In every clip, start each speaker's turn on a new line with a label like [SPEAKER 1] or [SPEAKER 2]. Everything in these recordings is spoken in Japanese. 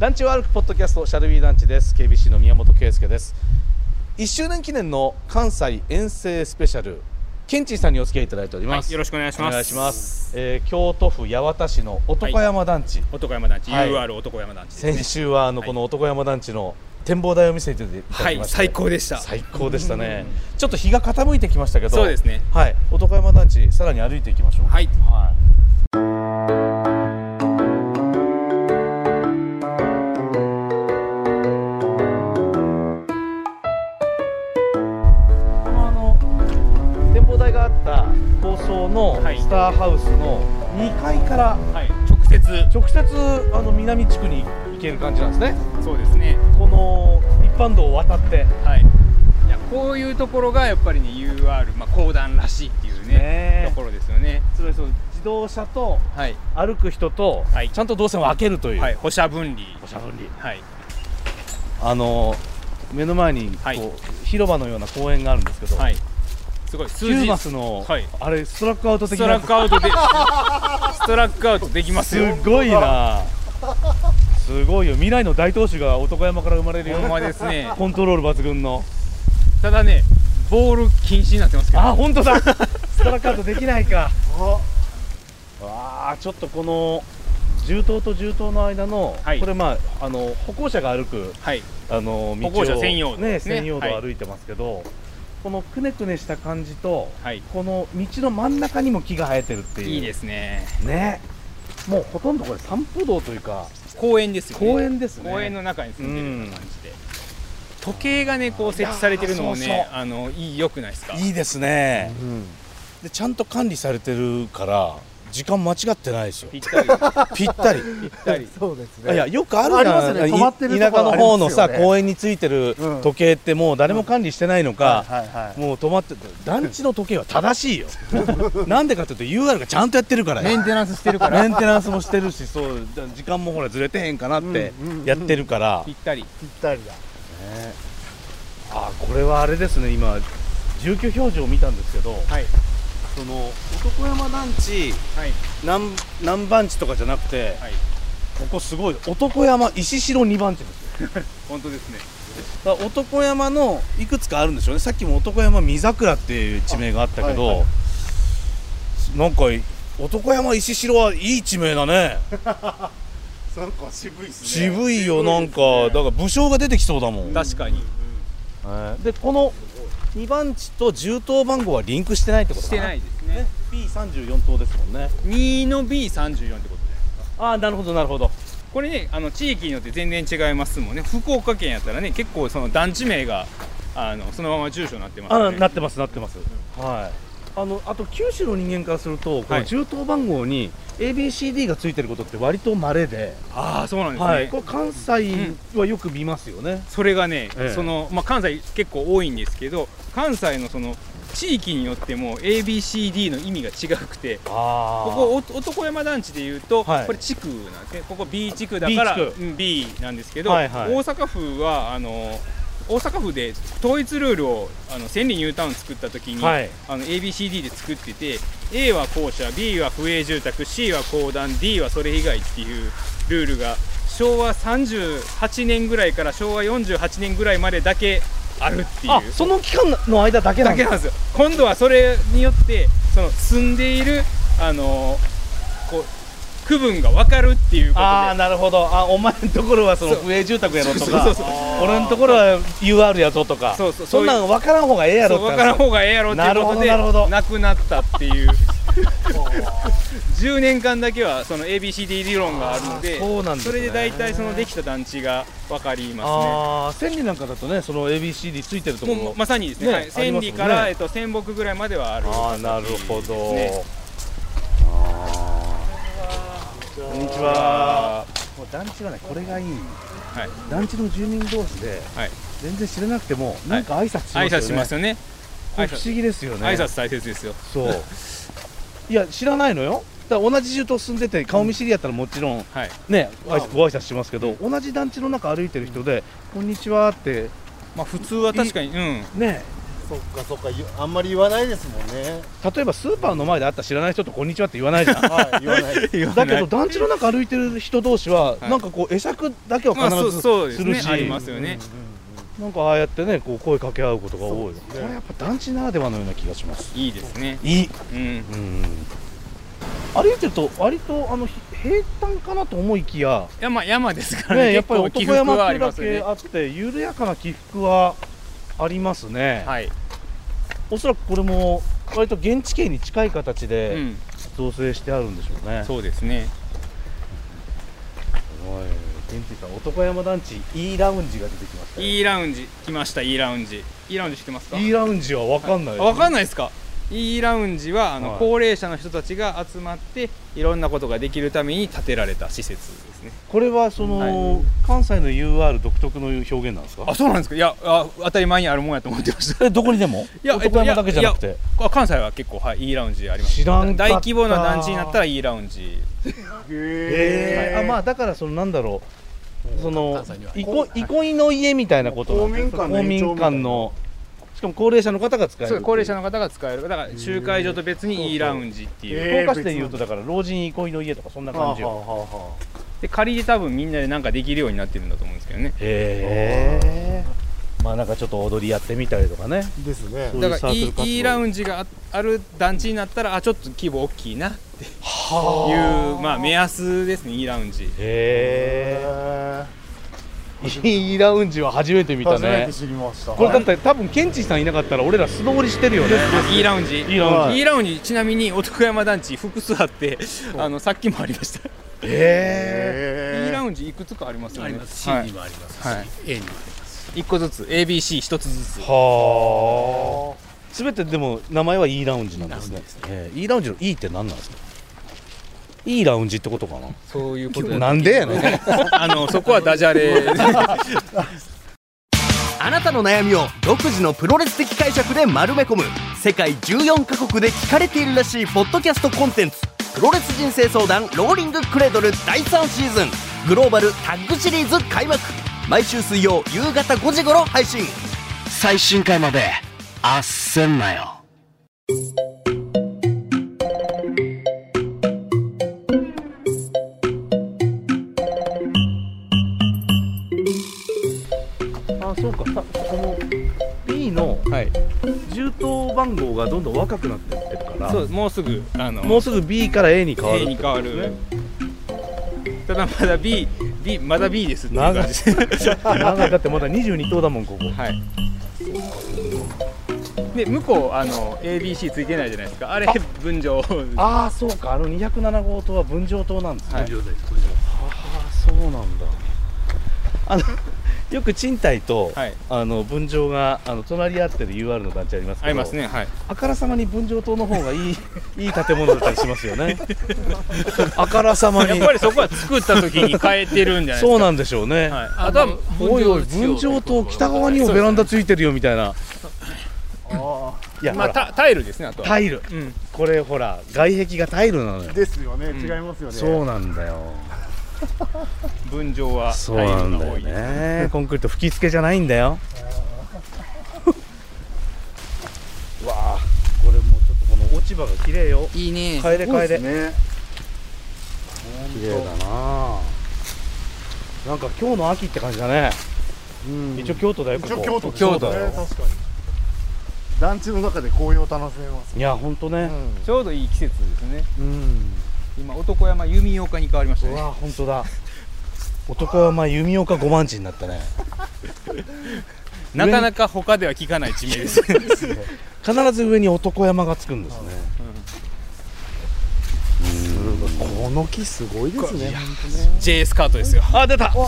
[SPEAKER 1] ランチを歩くポッドキャストシャルビーランチです KBC の宮本圭介です1周年記念の関西遠征スペシャルケンチンさんにお付き合いいただいております、
[SPEAKER 2] はいよろしくお願いします
[SPEAKER 1] お願いします、えー京都府八幡市の男山団地、
[SPEAKER 2] 男山団地、
[SPEAKER 1] はい
[SPEAKER 2] UR 男山団地です、ね
[SPEAKER 1] 先、週はあの
[SPEAKER 2] はい
[SPEAKER 1] この男山団地の展望台を見せていただきました、
[SPEAKER 2] はい最高でした
[SPEAKER 1] 最高でしたねちょっと日が傾いてきましたけど
[SPEAKER 2] そうですね
[SPEAKER 1] はい男山団地さらに歩いていきましょう
[SPEAKER 2] はい
[SPEAKER 1] はいこのあの展望台があった高層の
[SPEAKER 2] はい
[SPEAKER 1] スターハウスの2階から
[SPEAKER 2] はい直接
[SPEAKER 1] 直接あの南地区に行ける感じなんですね
[SPEAKER 2] そうですね
[SPEAKER 1] この一般道を渡って
[SPEAKER 2] はいいやこういうところがやっぱりね UR まあ講談らしいっていうね
[SPEAKER 1] ねえ
[SPEAKER 2] ところですよね
[SPEAKER 1] つまりその自動車と
[SPEAKER 2] はい
[SPEAKER 1] 歩く人と、
[SPEAKER 2] はい
[SPEAKER 1] ちゃんと動線を開けるという、
[SPEAKER 2] はい歩車分離
[SPEAKER 1] 歩車分離
[SPEAKER 2] はい
[SPEAKER 1] あの目の前にこう、
[SPEAKER 2] はい
[SPEAKER 1] 広場のような公園があるんですけど、
[SPEAKER 2] はいすごい
[SPEAKER 1] キ
[SPEAKER 2] 数
[SPEAKER 1] ュー
[SPEAKER 2] 字
[SPEAKER 1] マスの、
[SPEAKER 2] はい
[SPEAKER 1] あれストラックアウト
[SPEAKER 2] ス
[SPEAKER 1] 的
[SPEAKER 2] ト
[SPEAKER 1] な
[SPEAKER 2] ラックアウ トでストラックアウトできます
[SPEAKER 1] す
[SPEAKER 2] よ
[SPEAKER 1] ごい なすごいよ未来の大投手が男山から生まれるよ
[SPEAKER 2] ほんまですね
[SPEAKER 1] コントロール抜群の
[SPEAKER 2] ただねボール禁止になってますけど
[SPEAKER 1] あ本当だストラックアウトできないかわあちょっとこの銃刀と銃刀の間の、
[SPEAKER 2] はい
[SPEAKER 1] これまああの歩行者が歩く
[SPEAKER 2] はい
[SPEAKER 1] あの道を
[SPEAKER 2] 歩行者専用道
[SPEAKER 1] ね
[SPEAKER 2] ですね
[SPEAKER 1] 専用道
[SPEAKER 2] はい
[SPEAKER 1] を歩いてますけど、このくねくねした感じと、
[SPEAKER 2] はい
[SPEAKER 1] この道の真ん中にも木が生えてるっていう
[SPEAKER 2] いいですね
[SPEAKER 1] ねもうほとんどこれ散歩道というか
[SPEAKER 2] 公園ですよね
[SPEAKER 1] 公園ですね
[SPEAKER 2] 公園の中に住んでるような感じで、時計がねこう設置されてるのもね
[SPEAKER 1] いやーそうそ
[SPEAKER 2] あのいい良くないですか
[SPEAKER 1] いいですね、でちゃんと管理されてるから時間間違ってないですよ
[SPEAKER 2] ぴったり
[SPEAKER 1] ぴ
[SPEAKER 2] ぴ
[SPEAKER 1] ったり
[SPEAKER 2] ったり
[SPEAKER 3] そうです
[SPEAKER 1] いや
[SPEAKER 3] ね。
[SPEAKER 1] よくある
[SPEAKER 3] あり
[SPEAKER 1] な
[SPEAKER 3] ますね
[SPEAKER 1] い
[SPEAKER 3] 止まってる
[SPEAKER 1] 田
[SPEAKER 3] ところ
[SPEAKER 1] 舎の
[SPEAKER 3] ありますよね
[SPEAKER 1] 方のさ公園についてる
[SPEAKER 3] うん
[SPEAKER 1] 時計ってもう誰も管理してないのか、
[SPEAKER 3] はいは
[SPEAKER 1] もう止まってて団地の時計は正しいよ なんでかっていうと UR がちゃんとやってるから
[SPEAKER 2] メ
[SPEAKER 1] よ
[SPEAKER 2] ンテナンスしてるから
[SPEAKER 1] メンテナンスもしてるしそうだ時間もほらずれてへんかなって
[SPEAKER 3] うんうんうん
[SPEAKER 1] やってるから、
[SPEAKER 2] ぴったり
[SPEAKER 3] い。ぴったりだ。
[SPEAKER 1] あこれはあれですね今住居表示を見たんですけど
[SPEAKER 2] はい
[SPEAKER 1] その男山団地
[SPEAKER 2] はい
[SPEAKER 1] 南南番地とかじゃなくて、
[SPEAKER 2] はい
[SPEAKER 1] ここすごい男山石城2番地ですよ
[SPEAKER 2] 本当ですね
[SPEAKER 1] だから男山のいくつかあるんでしょうねさっきも男山見桜っていう地名があったけど、
[SPEAKER 3] あはいは
[SPEAKER 1] なんか男山石城はいい地名だね
[SPEAKER 3] なんか渋いです
[SPEAKER 1] 渋いよなんかだから武将が出てきそうだもん
[SPEAKER 2] 確かに
[SPEAKER 1] でこの2番地と10等番号はリンクしてないってこと
[SPEAKER 2] してないいですね
[SPEAKER 1] B34 等ですもんね
[SPEAKER 2] 2の B34 ってことで
[SPEAKER 1] ああなるほどなるほど
[SPEAKER 2] これねあの地域によって全然違いますもんね福岡県やったらね結構その団地名があのそのまま住所になってます
[SPEAKER 1] あ
[SPEAKER 2] よね
[SPEAKER 1] なってますなってます、はいあのあと九州の人間からするとこ
[SPEAKER 2] は
[SPEAKER 1] の
[SPEAKER 2] い
[SPEAKER 1] 10等番号に ABCD がついてることって割と稀で、
[SPEAKER 2] ああそうなんですね、
[SPEAKER 1] はい、これ関西はよく見ますよね、
[SPEAKER 2] それがね、
[SPEAKER 1] ええ
[SPEAKER 2] そのまあ、関西結構多いんですけど関西のその地域によっても ABCD の意味が違くて
[SPEAKER 1] あ
[SPEAKER 2] ここお男山団地でいうと、
[SPEAKER 1] はい
[SPEAKER 2] これ地区なんですねここ B 地区だから
[SPEAKER 1] B 地
[SPEAKER 2] うん B なんですけど、
[SPEAKER 1] はいはい
[SPEAKER 2] 大阪府はあの大阪府で統一ルールをあの千里ニュータウン作った時に、
[SPEAKER 1] はい
[SPEAKER 2] あの ABCD で作ってて A は校舎 B は府営住宅 C は公団 D はそれ以外っていうルールが昭和38年ぐらいから昭和48年ぐらいまでだけあるっていう
[SPEAKER 1] あその期間の間だけな
[SPEAKER 2] だ
[SPEAKER 1] ん
[SPEAKER 2] け
[SPEAKER 1] だ
[SPEAKER 2] なんですよ今度はそれによってその住んでいるあのこう区分が分かるっていうことで
[SPEAKER 1] ああなるほどあお前のところはその
[SPEAKER 2] そう
[SPEAKER 1] 不営住宅やろとか
[SPEAKER 2] そうそうそう
[SPEAKER 1] 俺のところは UR やぞとか
[SPEAKER 2] そうそう
[SPEAKER 1] そんなん分からん方がええやろって
[SPEAKER 2] そう分からん方がええやろっていうことで
[SPEAKER 1] なるほどなるほど
[SPEAKER 2] なくなったっていう 10年間だけはその ABCD 理論があるので
[SPEAKER 1] あーそうなんですね
[SPEAKER 2] それで大体そのできた団地が分かりますね
[SPEAKER 1] ああ千里なんかだとねその ABCD ついてるところ
[SPEAKER 2] もうまさにですね
[SPEAKER 1] ね
[SPEAKER 2] はい、
[SPEAKER 1] あり
[SPEAKER 2] 千
[SPEAKER 1] ますもんね
[SPEAKER 2] 里から、えっと、千北ぐらいまではある
[SPEAKER 1] ああなるほど、
[SPEAKER 2] ね
[SPEAKER 1] あーこんにちは
[SPEAKER 3] もう団地はね、これがいい。
[SPEAKER 2] はい
[SPEAKER 3] 団地の住民同士で、
[SPEAKER 2] はい
[SPEAKER 3] 全然知らなくても、なんか挨拶しますよ
[SPEAKER 2] 挨
[SPEAKER 3] ね。
[SPEAKER 2] 拶しますよね
[SPEAKER 1] これ
[SPEAKER 2] 挨
[SPEAKER 1] 不
[SPEAKER 2] 拶
[SPEAKER 1] 思議ですよね
[SPEAKER 2] 挨拶大切ですよ
[SPEAKER 1] そういや知らないのよだから同じ住棟住んでて顔見知りやったらもちろん
[SPEAKER 2] はい
[SPEAKER 1] ね、挨拶ご挨拶しますけど同じ団地の中歩いてる人で「こんにちは」って
[SPEAKER 2] まあ普通は確かにうん
[SPEAKER 1] ね
[SPEAKER 4] そっかそっかゆあんまり言わないですもんね
[SPEAKER 1] 例えばスーパーの前で会った知らない人と「こんにちは」って言わないじゃん
[SPEAKER 4] はい言わない
[SPEAKER 2] 言わな
[SPEAKER 1] だ
[SPEAKER 2] い
[SPEAKER 1] けど団地の中歩いてる人同士は、
[SPEAKER 2] はい
[SPEAKER 1] なんかこう会釈だけは
[SPEAKER 2] まあそ
[SPEAKER 1] 必
[SPEAKER 2] う
[SPEAKER 1] ず
[SPEAKER 2] そうですす
[SPEAKER 1] る
[SPEAKER 2] ね
[SPEAKER 1] し、
[SPEAKER 2] ありますよね、
[SPEAKER 1] なんかああやってねこう声かけ合うことが多い、
[SPEAKER 4] そうです
[SPEAKER 1] こ
[SPEAKER 4] ね
[SPEAKER 1] れやっぱ団地ならではのような気がします
[SPEAKER 2] いいですね
[SPEAKER 1] いい
[SPEAKER 2] うん
[SPEAKER 1] うん歩いてると割とあのひ平坦かなと思いきや、
[SPEAKER 2] 山山ですからね
[SPEAKER 1] ね、やっ
[SPEAKER 2] 結
[SPEAKER 1] ぱり
[SPEAKER 2] 構
[SPEAKER 1] 男
[SPEAKER 2] 起伏
[SPEAKER 1] 山
[SPEAKER 2] は
[SPEAKER 1] っ
[SPEAKER 2] あ
[SPEAKER 1] てい
[SPEAKER 2] り
[SPEAKER 1] うだ
[SPEAKER 2] ますよ
[SPEAKER 1] け
[SPEAKER 2] ね
[SPEAKER 1] あって緩やかな起伏はありますね、
[SPEAKER 2] はい、
[SPEAKER 1] おそらくこれも割と現地形に近い形
[SPEAKER 2] う
[SPEAKER 1] で
[SPEAKER 2] ん、
[SPEAKER 1] 造成してあるんでしょうね、
[SPEAKER 2] そうですね
[SPEAKER 1] おい現地さん男山団地 E ラウンジが出てきましたよ
[SPEAKER 2] E ラウンジ来ました E ラウンジ E ラウンジ知ってますか
[SPEAKER 1] E ラウンジは分かんない
[SPEAKER 2] わか
[SPEAKER 1] ん
[SPEAKER 2] んないですか E ラウンジはあの、
[SPEAKER 1] はい
[SPEAKER 2] 高齢者の人たちが集まっていろんなことができるために建てられた施設ですね
[SPEAKER 1] これはその、
[SPEAKER 2] は
[SPEAKER 1] 関西の UR 独特の表現なんですか
[SPEAKER 2] あそうなんですかいやあ当たり前にあるもんやと 思ってました
[SPEAKER 1] えどこにでも
[SPEAKER 2] いや
[SPEAKER 1] 男山だけじゃなくて
[SPEAKER 2] あ関西は結構、はい、E ラウンジあります
[SPEAKER 1] 知らんかった
[SPEAKER 2] 大規模な団地になったら E ラウンジ
[SPEAKER 1] え
[SPEAKER 4] へ
[SPEAKER 1] えあまあだからそのなんだろうその
[SPEAKER 5] 関西には
[SPEAKER 1] 憩い憩いの家みたいなことなんです
[SPEAKER 4] 公民館の
[SPEAKER 1] 公民館のしかも高齢者の方が使え
[SPEAKER 2] そ
[SPEAKER 1] る
[SPEAKER 2] う高齢者
[SPEAKER 1] の
[SPEAKER 2] の方が使えるだから集会所と別に E ラウンジっていう
[SPEAKER 4] へえ
[SPEAKER 1] 福岡市でいうとだから老人憩いの家とかそんな感じ
[SPEAKER 4] はあ
[SPEAKER 1] よ
[SPEAKER 4] はあはあはあ
[SPEAKER 2] で仮で多分みんなでなんかできるようになってるんだと思うんですけどね
[SPEAKER 1] へえまあなんかちょっと踊りやってみたりとかね
[SPEAKER 4] ですね
[SPEAKER 1] そういう
[SPEAKER 2] だ
[SPEAKER 1] サ
[SPEAKER 2] か
[SPEAKER 1] ークル活
[SPEAKER 2] ら E,
[SPEAKER 1] 動
[SPEAKER 2] E ラウンジがあある団地になったらあちょっと規模大きいなっていうまあ目安ですね E ラウンジ
[SPEAKER 1] へ
[SPEAKER 4] え
[SPEAKER 1] え E ラウンジは初めて見た
[SPEAKER 4] 初め
[SPEAKER 1] ね
[SPEAKER 4] て知りました
[SPEAKER 1] これだって多分ケンチさんいなかったら俺ら素通りしてるよね
[SPEAKER 2] E ラウンジ
[SPEAKER 1] E ラウンジ
[SPEAKER 4] はい
[SPEAKER 2] E ラウンジちなみに男山団地複数あってあのさっきもありました
[SPEAKER 1] へえ
[SPEAKER 2] E ラ
[SPEAKER 4] え
[SPEAKER 2] ウンジいくつかありますよ
[SPEAKER 5] あ
[SPEAKER 2] ね
[SPEAKER 5] ります。C
[SPEAKER 2] は
[SPEAKER 5] に
[SPEAKER 2] い、
[SPEAKER 5] もありますし、
[SPEAKER 2] はい
[SPEAKER 5] A にもあります。
[SPEAKER 2] 1個ずつ ABC1 つずつ
[SPEAKER 1] はあすべてでも名前は E ラウンジなんです
[SPEAKER 5] ラウンジ
[SPEAKER 1] ね
[SPEAKER 5] です。
[SPEAKER 1] えー、E ラウンジの E って何なんですか。E ラウンジってことかな。
[SPEAKER 2] そういうことだ
[SPEAKER 1] なんでやねん。
[SPEAKER 2] あのそこはダジャレ
[SPEAKER 6] あなたの悩みを独自のプロレス的解釈で丸め込む世界14カ国で聞かれているらしいポッドキャストコンテンツ「プロレス人生相談ローリングクレードル」第3シーズングローバルタッグシリーズ開幕毎週水曜夕方5時頃配信
[SPEAKER 7] 最新回まであっせんなよ
[SPEAKER 1] あ、そうか。さこの B の
[SPEAKER 2] はい
[SPEAKER 1] 重当番号がどんどん若くなってってるから
[SPEAKER 2] そうもうすぐあの
[SPEAKER 1] もうすぐ B から A に変わる
[SPEAKER 2] A に変わるただまだ B, B まだ B ですっていう
[SPEAKER 1] 長
[SPEAKER 2] 感
[SPEAKER 1] い
[SPEAKER 2] じで
[SPEAKER 1] 長いだってまだ22頭だもんここ
[SPEAKER 2] はいで向こうあの ABC ついてないじゃないですかあれ分譲
[SPEAKER 1] ああそうかあの207号棟は分譲棟なんですね、
[SPEAKER 2] はい
[SPEAKER 5] 上手です
[SPEAKER 1] ああそうなんだあの よく賃貸と、
[SPEAKER 2] はい
[SPEAKER 1] あの分譲があの隣り合ってる UR の団地ありますけど
[SPEAKER 2] ありますねはい
[SPEAKER 1] あからさまに分譲棟の方がい いいい建物だったりしますよねあからさま
[SPEAKER 2] やっ
[SPEAKER 1] に
[SPEAKER 2] ぱりそこは作った時に変えてるんじゃないですか
[SPEAKER 1] そうなんでしょうね、
[SPEAKER 2] はい、あとは
[SPEAKER 1] おいおい分譲棟北側にもベランダついてるよみたいなあいや、
[SPEAKER 2] まあ、
[SPEAKER 1] ほら
[SPEAKER 2] タタイルですねあとは
[SPEAKER 1] タイル
[SPEAKER 2] うん
[SPEAKER 1] これほら外壁がタイルなのよ
[SPEAKER 4] ですよね
[SPEAKER 2] ん
[SPEAKER 4] 違いますよね
[SPEAKER 1] そうなんだよ
[SPEAKER 2] 分譲は
[SPEAKER 1] そう
[SPEAKER 2] タイ
[SPEAKER 1] な
[SPEAKER 2] ル
[SPEAKER 1] ん
[SPEAKER 2] が
[SPEAKER 1] だ
[SPEAKER 2] 多
[SPEAKER 1] よ
[SPEAKER 2] い
[SPEAKER 1] ねコンクリート吹き付けじゃないんだよ わあこれもうちょっとこの落ち葉が綺麗よ
[SPEAKER 2] いいね
[SPEAKER 1] 帰れ
[SPEAKER 4] そう
[SPEAKER 1] 帰
[SPEAKER 4] で
[SPEAKER 1] れ
[SPEAKER 4] すね
[SPEAKER 1] 綺麗だななんか今日の秋って感じだね、
[SPEAKER 4] うん
[SPEAKER 1] 一応京都だよこ
[SPEAKER 4] 一応
[SPEAKER 1] こ
[SPEAKER 4] 京都
[SPEAKER 2] 京都
[SPEAKER 4] そうだね確かに団地の中で紅葉楽しめます
[SPEAKER 1] いやほんとね、
[SPEAKER 2] ちょうどいい季節ですね
[SPEAKER 4] うん
[SPEAKER 2] 今男山弓岡に変わりました
[SPEAKER 1] う
[SPEAKER 2] ね
[SPEAKER 1] わほんとだ男はまあ弓岡五番地になったね
[SPEAKER 2] なかなか他では聞かない地名です ね
[SPEAKER 1] 必ず上に男山がつくんですね、
[SPEAKER 4] この木すごいですね
[SPEAKER 2] J スカートですよ
[SPEAKER 1] あ出た
[SPEAKER 2] お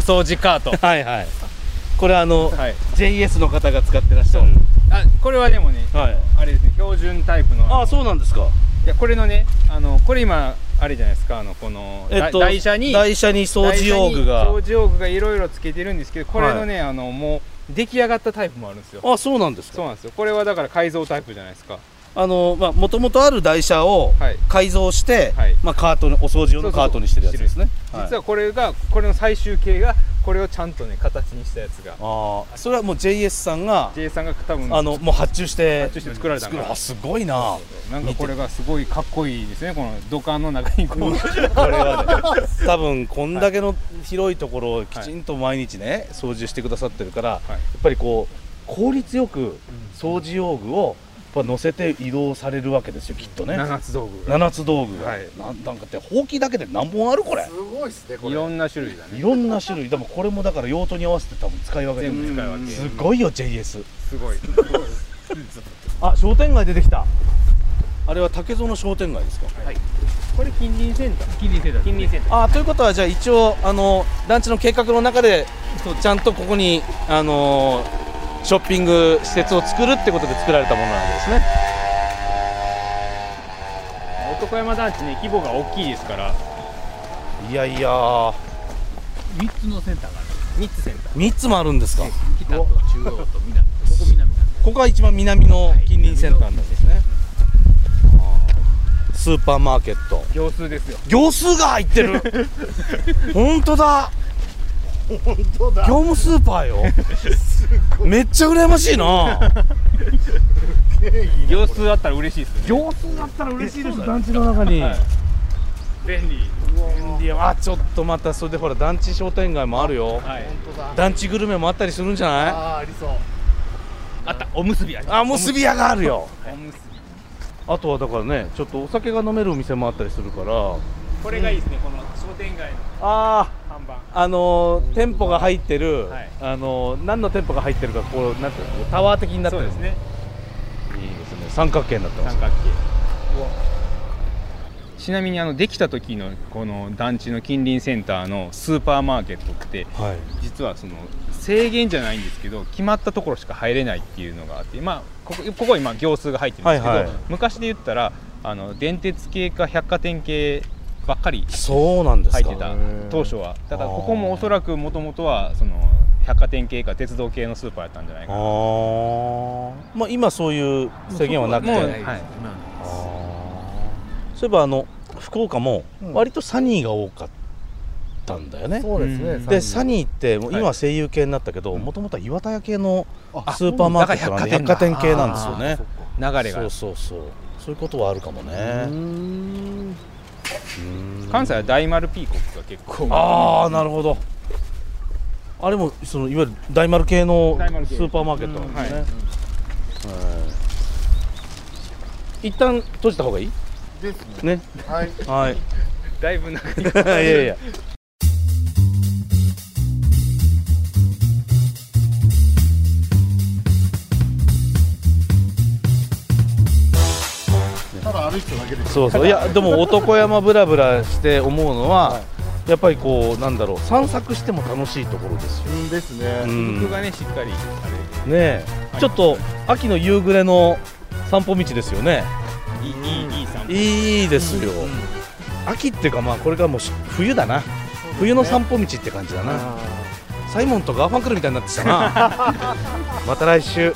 [SPEAKER 2] 掃除カート
[SPEAKER 1] はいはいこれあの
[SPEAKER 2] はい
[SPEAKER 1] JS の方が使ってらっしゃる
[SPEAKER 2] あこれはでもね
[SPEAKER 1] はい
[SPEAKER 2] あれですね標準タイプの
[SPEAKER 1] あそうなんですか
[SPEAKER 2] いやこれのねあのこれ今あれじゃないですかあのこの、だ台車に
[SPEAKER 1] 台車に掃除用具
[SPEAKER 2] 台車
[SPEAKER 1] が
[SPEAKER 2] に掃除用具がいろいろつけてるんですけどこれのね、あのもう出来上がったタイプもあるんですよ
[SPEAKER 1] あそうなんです
[SPEAKER 2] そう
[SPEAKER 1] か
[SPEAKER 2] なんですよこれはだから改造タイプじゃないですか
[SPEAKER 1] あのまあもともとある台車を
[SPEAKER 2] はい
[SPEAKER 1] 改造して、
[SPEAKER 2] はい
[SPEAKER 1] まあカートにお掃除用のカートにしてるやつですね
[SPEAKER 2] 実はこれがこれの最終形がこれをちゃんとね形にしたやつが
[SPEAKER 1] ああそれはもう JS さんが
[SPEAKER 2] J さんが多分
[SPEAKER 1] あのもう発注して
[SPEAKER 2] 発注して作られたんだ
[SPEAKER 1] あすごいな
[SPEAKER 2] なんかこれがすごいかっこいいですねこの土管の中 にこの
[SPEAKER 1] これはね多分こんだけの広いところをきちんと毎日ね掃除してくださってるから、
[SPEAKER 2] い
[SPEAKER 1] やっぱりこう効率よく掃除用具をやっぱ乗せて移動されるわけですよきっとね
[SPEAKER 2] 七つ道具が
[SPEAKER 1] 七つ道具が、
[SPEAKER 2] はい
[SPEAKER 1] なんなんかってほうきだけで何本あるこれ
[SPEAKER 4] すごいっすねこ
[SPEAKER 2] い
[SPEAKER 4] れ
[SPEAKER 2] ろんな種類だね
[SPEAKER 1] いろんな種類でもこれもだから用途に合わせて多分使い分けて
[SPEAKER 2] 全部使い分
[SPEAKER 1] る
[SPEAKER 2] け
[SPEAKER 1] すごいよ JS
[SPEAKER 2] すごい
[SPEAKER 1] あ商店街出てきたあれは竹園商店街ですか
[SPEAKER 2] これ近隣センター近隣センター近隣センター
[SPEAKER 1] あということはじゃあ一応あの団地の計画の中でちゃんとここにあのショッピング施設を作るってことで作られたものなんですね
[SPEAKER 2] 男山団地ね規模が大きいですから
[SPEAKER 1] いやいやー
[SPEAKER 5] 3つのセンターがある
[SPEAKER 2] 3つセンター
[SPEAKER 1] 3つもあるんですか
[SPEAKER 5] 北と中央と南ここ南なんで
[SPEAKER 1] ここが一番南の近隣センターなんですねあースーパーマーケット
[SPEAKER 2] 行数ですよ
[SPEAKER 1] 業数が入ってる本当だ
[SPEAKER 4] 本当だ
[SPEAKER 1] 業務スーパーよめっちゃ羨ましいな
[SPEAKER 2] 行数あったら嬉しいですね
[SPEAKER 1] 業数だったら嬉しいです
[SPEAKER 3] 団地の中に
[SPEAKER 2] はい便利
[SPEAKER 1] いやあちょっとまたそれでほら団地商店街もあるよ
[SPEAKER 2] はい
[SPEAKER 4] 本当だ
[SPEAKER 1] 団地グルメもあったりするんじゃない
[SPEAKER 4] ああありそう
[SPEAKER 2] あったおむすびあります
[SPEAKER 1] あ結び屋があるよ
[SPEAKER 2] おむすび
[SPEAKER 1] あとはだからねちょっとお酒が飲めるお店もあったりするから
[SPEAKER 2] これがいいですねこの商店街の
[SPEAKER 1] あ
[SPEAKER 2] 看板
[SPEAKER 1] ああのー店舗が入ってる、
[SPEAKER 2] はい
[SPEAKER 1] あのー何の店舗が入ってるかこうなんていうのタワー的になって
[SPEAKER 2] そう
[SPEAKER 1] る
[SPEAKER 2] ですね
[SPEAKER 1] いいですね三角形になってま
[SPEAKER 2] 三
[SPEAKER 1] す
[SPEAKER 2] 角形ちなみにあのできた時のこの団地の近隣センターのスーパーマーケットって
[SPEAKER 1] はい
[SPEAKER 2] 実はその制限じゃないんですけど決まったところしか入れないっていうのがあってまあここここは今行数が入ってるんですけど、
[SPEAKER 1] はいはい
[SPEAKER 2] 昔で言ったらあの電鉄系か百貨店系ばっかり
[SPEAKER 1] そうなんですか
[SPEAKER 2] 入ってた当初はだからここもおそらくもともとはその百貨店系か鉄道系のスーパーやったんじゃない
[SPEAKER 1] あ
[SPEAKER 2] かな
[SPEAKER 1] ーまあ今そういう
[SPEAKER 5] す
[SPEAKER 1] 制限はなくて
[SPEAKER 2] もう
[SPEAKER 5] そこはないです今
[SPEAKER 1] あーそういえばあの福岡も割とサニーが多かったんだよね、
[SPEAKER 4] そうですね、
[SPEAKER 2] うん
[SPEAKER 1] でサニーってもう今
[SPEAKER 2] は
[SPEAKER 1] はい声優系になったけどもともとは岩田屋系の
[SPEAKER 4] あ
[SPEAKER 1] スーパーマーケットなんで
[SPEAKER 2] そう
[SPEAKER 1] 百
[SPEAKER 2] だ
[SPEAKER 1] 貨
[SPEAKER 2] から
[SPEAKER 1] 店系なんですよね
[SPEAKER 2] 流れが
[SPEAKER 1] そうそうそうそういうことはあるかもねうん
[SPEAKER 2] 関西は大丸ピーコックが結構
[SPEAKER 1] ああなるほどあれもそのいわゆる大丸系の
[SPEAKER 2] 大丸
[SPEAKER 1] ス
[SPEAKER 2] 系
[SPEAKER 1] ーパーマーケットなんですね、
[SPEAKER 2] うんはい
[SPEAKER 1] はい一旦閉じた方がいい
[SPEAKER 4] ですね
[SPEAKER 1] ね
[SPEAKER 4] はい
[SPEAKER 1] はい
[SPEAKER 2] だいぶ長 い
[SPEAKER 1] いやいや
[SPEAKER 4] ただ歩いてただけです
[SPEAKER 1] そうそういやでも男山ぶらぶらして思うのは、やっぱりこうなんだろう散策しても楽しいところですよ、
[SPEAKER 4] うんですね、
[SPEAKER 1] うん
[SPEAKER 2] 僕がねしっかり
[SPEAKER 1] ねえちょっと秋の夕暮れの散歩道ですよね
[SPEAKER 2] あれいいいいいい散歩
[SPEAKER 1] いいですよ、秋っていうかまあこれからもうし冬だな、冬の散歩道って感じだなサイモンとガーファンクルみたいになってきたなまた来週